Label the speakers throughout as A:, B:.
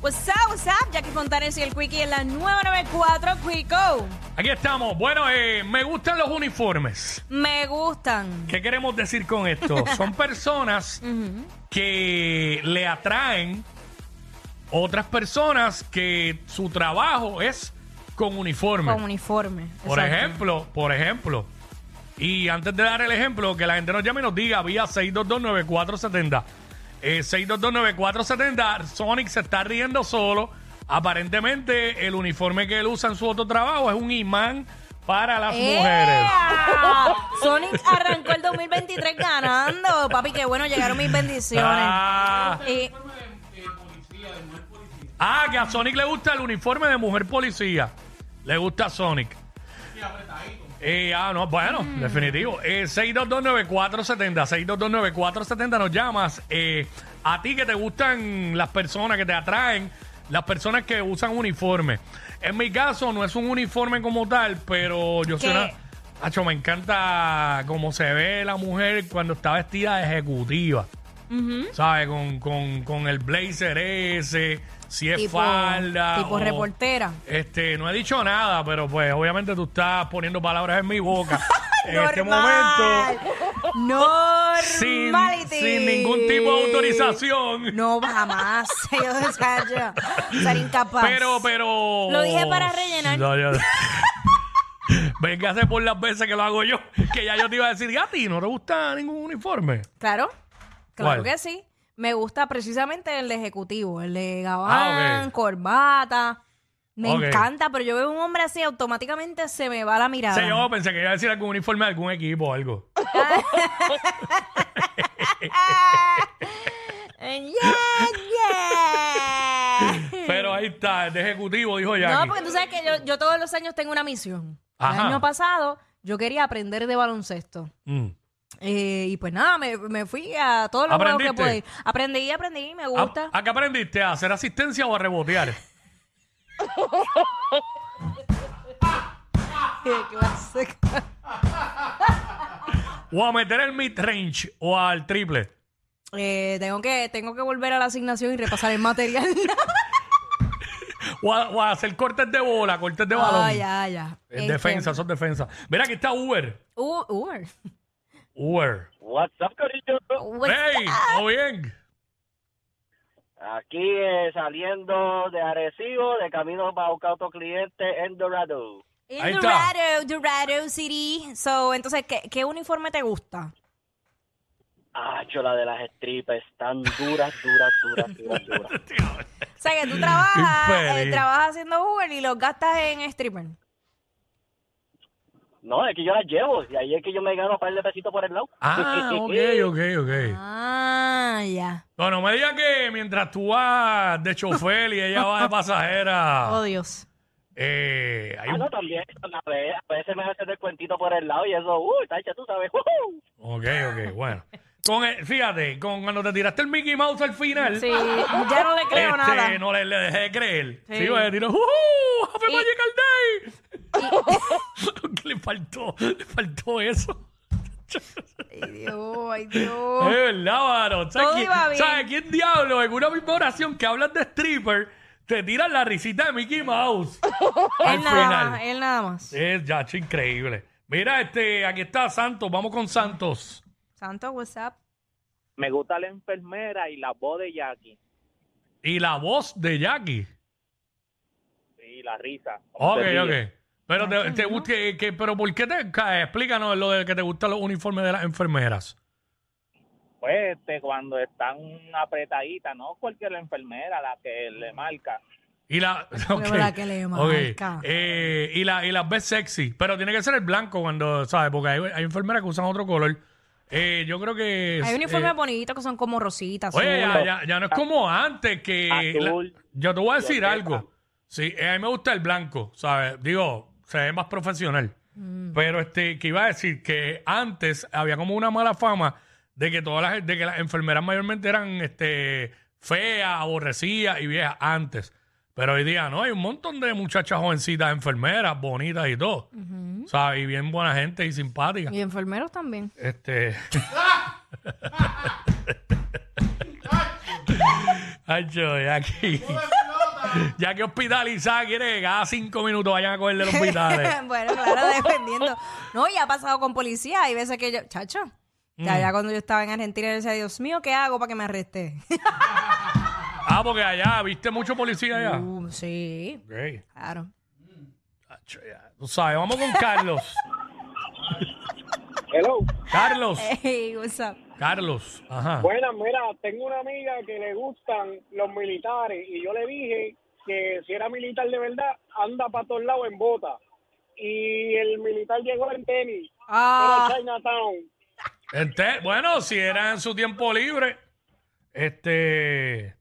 A: What's up, what's up? Jackie Fontanes y el Quickie en la 994 Quico.
B: Aquí estamos. Bueno, eh, me gustan los uniformes.
A: Me gustan.
B: ¿Qué queremos decir con esto? Son personas que le atraen otras personas que su trabajo es con uniforme.
A: Con uniforme.
B: por
A: exacto.
B: ejemplo, por ejemplo. Y antes de dar el ejemplo, que la gente nos llame y nos diga, vía 6229470. Eh, 6229470, Sonic se está riendo solo. Aparentemente, el uniforme que él usa en su otro trabajo es un imán para las
A: ¡Eh!
B: mujeres.
A: ¡Ea! Sonic arrancó el 2023 ganando. Papi, qué bueno, llegaron mis bendiciones. Eh,
B: Ah,
A: Y-
B: ah, que a Sonic le gusta el uniforme de mujer policía. Le gusta a Sonic. Eh, ah, no, bueno, definitivo. Eh, 6229470, 6229470 nos llamas. Eh, a ti que te gustan las personas que te atraen, las personas que usan uniforme. En mi caso no es un uniforme como tal, pero yo soy
A: ¿Qué?
B: una... Acho, me encanta cómo se ve la mujer cuando está vestida de ejecutiva. ¿Sabes? Con, con, con el blazer ese, si es
A: tipo,
B: falda. oh.
A: tipo
B: o-
A: reportera.
B: Este, no he dicho nada, pero pues obviamente tú estás poniendo palabras en mi boca en este
A: Normal.
B: momento. Sin,
A: Normality.
B: sin ningún tipo de autorización.
A: No, jamás. Yo o sea, yo ser incapaz.
B: Pero, pero.
A: Lo dije para rellenar.
B: No, yo- Véngase por las veces que lo hago yo. Que ya yo te iba a decir, Gati, ¿no te gusta ningún uniforme?
A: Claro, claro
B: ¿Cuál?
A: que sí. Me gusta precisamente el de ejecutivo, el de gabán,
B: Ah, ok.
A: corbata. Me
B: Ok.
A: encanta, pero yo veo un hombre así, automáticamente se me va la mirada.
B: O sea, yo pensé que iba a decir algún uniforme de algún equipo o algo.
A: Ah, Yeah, yeah.
B: Pero ahí está, el de ejecutivo, dijo
A: No,
B: Jackie.
A: porque tú sabes que yo, yo todos los años tengo una misión. El
B: Ajá.
A: año pasado yo quería aprender de baloncesto.
B: Mm.
A: Eh, y pues nada, me, me fui a todos los juegos que pude.
B: ¿Aprendiste?
A: ir.
B: Ah,
A: Aprendí, aprendí, me
B: ¿A-
A: gusta.
B: ¿A, qué aprendiste? ¿A hacer asistencia o a rebotear?
A: Qué clase.
B: ¿O a meter el mid-range o al triple?
A: Eh, tengo, que, tengo que volver a la asignación y repasar el material.
B: ¿O a, o a hacer cortes de bola, cortes de balón?
A: Ah, ya, ya.
B: En
A: Este,
B: defensa, son defensa. Mira, aquí está Uber.
A: U- Uber.
B: Uber.
C: What's up, Corillo?
A: Uber.
B: ¡Hey! ¿Todo bien?
C: Aquí eh, saliendo de Arecibo, de camino para buscar otro cliente en Dorado.
A: En
B: Ahí está.
A: Dorado, Dorado City. So, entonces, ¿qué, qué uniforme te gusta?
C: Ah, chola de las strippers, tan duras, duras, duras, duras, duras.
A: O sea, que tú trabajas, eh,
B: Infeliz.
A: trabajas haciendo Uber y los gastas en stripper.
C: No, es que yo las llevo, y ahí es que yo me gano un par de pesitos por el lado.
B: Ah, ok, ok, ok.
A: Ah, ya.
B: No, no me digas que mientras tú vas de chofer y ella va de
A: Oh,
B: pasajera,
A: Dios.
B: eh, hay
C: Ah,
B: un...
C: no, también, a veces, a veces me hace el cuentito por el lado y eso, uy, tacha, tú sabes, uh-huh. ¡ujú!
B: Ok, ok, bueno. Con el- fíjate, con, cuando te tiraste el Mickey Mouse al final,
A: Sí, ya no le creo
B: este,
A: nada.
B: no le, le dejé de creer.
A: Sí.
B: Sí, sí me tiró, ¡uh! ¡Happy
A: Y-
B: Magical Day! le faltó, le faltó eso.
A: Ay, Dios, ay, Dios.
B: Es verdad, varón. ¿Sabes
A: Oh. Todo
B: quién,
A: iba bien.
B: sabes quién diablo en una misma oración que hablas de stripper te tiran la risita de Mickey Mouse? al
A: él nada
B: final. Eh.
A: más, él nada más.
B: Es ya chico, increíble. Mira, este, aquí está Santos. Vamos con Santos.
A: Santo, what's up?
D: Me gusta la enfermera y la voz de Jackie.
B: Y la voz de Jackie.
D: Y la risa. Pues
B: Ok,
D: Se ríe.
B: ok. Pero, te,
A: Ay,
B: te
A: ¿no?
B: gusta- que- que- pero ¿por qué te cae? Explícanos lo de que te gustan los uniformes de las enfermeras.
D: Pues este, cuando están apretaditas, no cualquier enfermera, la que le marca.
B: Y la.
A: Pero
B: ok,
A: la que le
B: ok.
A: marca.
B: Eh, y, la, y las ves sexy. Pero tiene que ser el blanco cuando, ¿sabes? Porque hay, hay enfermeras que usan otro color. Eh, yo creo que.
A: Hay
B: eh,
A: uniformes bonitos que son como rositas.
B: Oye,
A: azul.
B: ya, ya, ya no es como antes que...
C: Azul.
B: la- yo te voy a decir
C: Violeta.
B: algo. Sí, eh, a mí me gusta el blanco, ¿sabes? Digo, se ve más profesional. Pero este, que iba a decir que antes había como una mala fama de que todas las, de que las enfermeras mayormente eran este, feas, aborrecidas y viejas antes. Pero hoy día no, hay un montón de muchachas jovencitas, enfermeras, bonitas y todo. ¿Sabes? Y bien buena gente y simpática.
A: Y enfermeros también.
B: Este. Hacho, Jackie. Jackie hospitalizada quiere que cada cinco minutos vayan a cogerle los hospitales.
A: bueno, claro, dependiendo. No, ya ha pasado con policía. Hay veces que yo. Chacho.
B: Mm.
A: Ya, ya cuando yo estaba en Argentina, yo decía, Dios mío, ¿qué hago para que me arreste?
B: Ah, porque allá, ¿viste mucho policía allá?
A: Uh, sí,
B: Ok.
A: claro.
B: Hacho, ya. Tú sabes, vamos con Carlos.
D: Hello.
B: Carlos,
A: Hey, what's up?
B: Carlos. Ajá.
D: Buenas, mira, tengo una amiga que le gustan los militares y yo le dije que si era militar de verdad, anda para todos lados en bota. Y el militar llegó en tenis,
A: Ah,
D: era Chinatown.
B: Este, bueno, si era en su tiempo libre, este.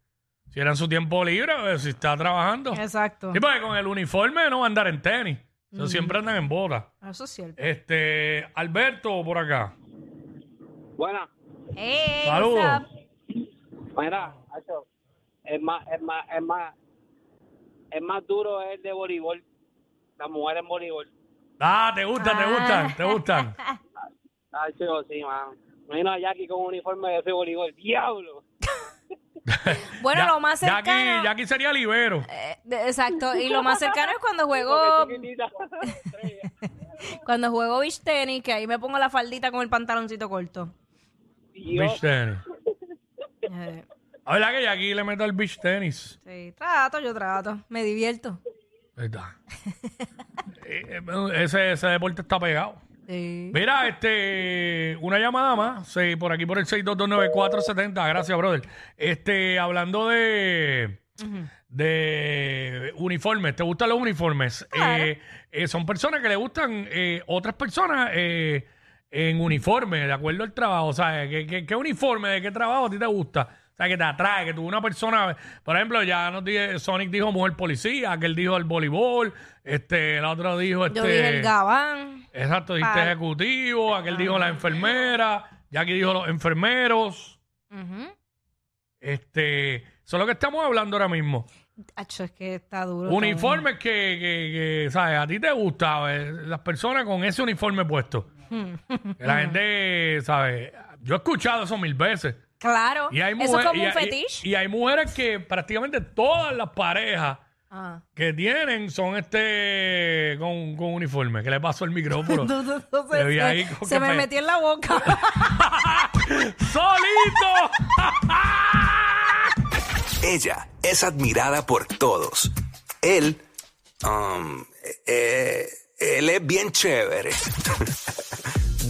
B: Si era en su tiempo libre, eh, si está trabajando.
A: exacto.
B: Sí, porque con el uniforme no va a andar en tenis. O sea, Siempre andan en bola.
A: Eso es cierto.
B: Este, Alberto, por acá.
D: Buena,
A: Hey,
B: Saludos.
A: what's up?
D: mira, es más, es más, es más, es más duro el de voleibol, la mujer en voleibol.
B: Ah, te gustan, te
A: Ah.
B: gustan, te gustan.
D: Hacho, sí, man. Imagina a Jackie con un uniforme de voleibol, diablo.
A: Bueno,
B: Ya-
A: lo más
B: ya aquí-
A: cercano.
B: ya aquí sería libero.
A: eh, de- exacto. Y lo más cercano es cuando juego,
D: Porque chiquitita.
A: cuando juego beach tenis, que ahí me pongo la faldita con el pantaloncito corto.
B: Beach tenis.
A: Eh,
B: La verdad que Jackie le meto el beach tenis.
A: sí, trato, yo trato. Me divierto.
B: Ahí está. Eh, eh, ese, ese deporte está pegado.
A: Sí.
B: Mira, este, una llamada más, sí, por aquí por el 6229470, gracias, brother. Este, hablando de de uniformes, ¿te gustan los uniformes?
A: Claro.
B: Eh, eh, son personas que le gustan eh, otras personas eh, en uniforme, de acuerdo al trabajo, o sea, ¿qué, qué, qué uniforme, de qué trabajo a ti te gusta? O sea, que te atrae, que tú una persona, por ejemplo, ya nos dije, Sonic dijo mujer policía, aquel dijo el voleibol, este, la otra dijo este
A: Yo dije el gabán.
B: Exacto, dijiste
A: Para-
B: ejecutivo, aquel dijo
A: Ah.
B: la enfermera, Jackie dijo los enfermeros.
A: Ujú.
B: Este, eso es lo que estamos hablando ahora mismo.
A: Acho, es que está duro. todo.
B: Uniformes que, que- que, ¿sabes? A ti te gusta, eh, las personas con ese uniforme puesto.
A: Hmm.
B: Que la gente, ¿sabes? Yo he escuchado eso mil veces.
A: Claro.
B: Y hay
A: Eso es
B: mujer-
A: como
B: y
A: un
B: hay-
A: fetiche.
B: y hay mujeres que prácticamente todas las parejas
A: Ah.
B: que tienen son este con, con uniforme. ¿Qué le pasó el micrófono?
A: No, no, no,
B: Te vi
A: se
B: ahí
A: se-
B: con
A: se
B: que
A: me
B: me-
A: metió en la boca.
B: ¡Solito!
E: Ella es admirada por todos. Él, um, eh, él es bien chévere.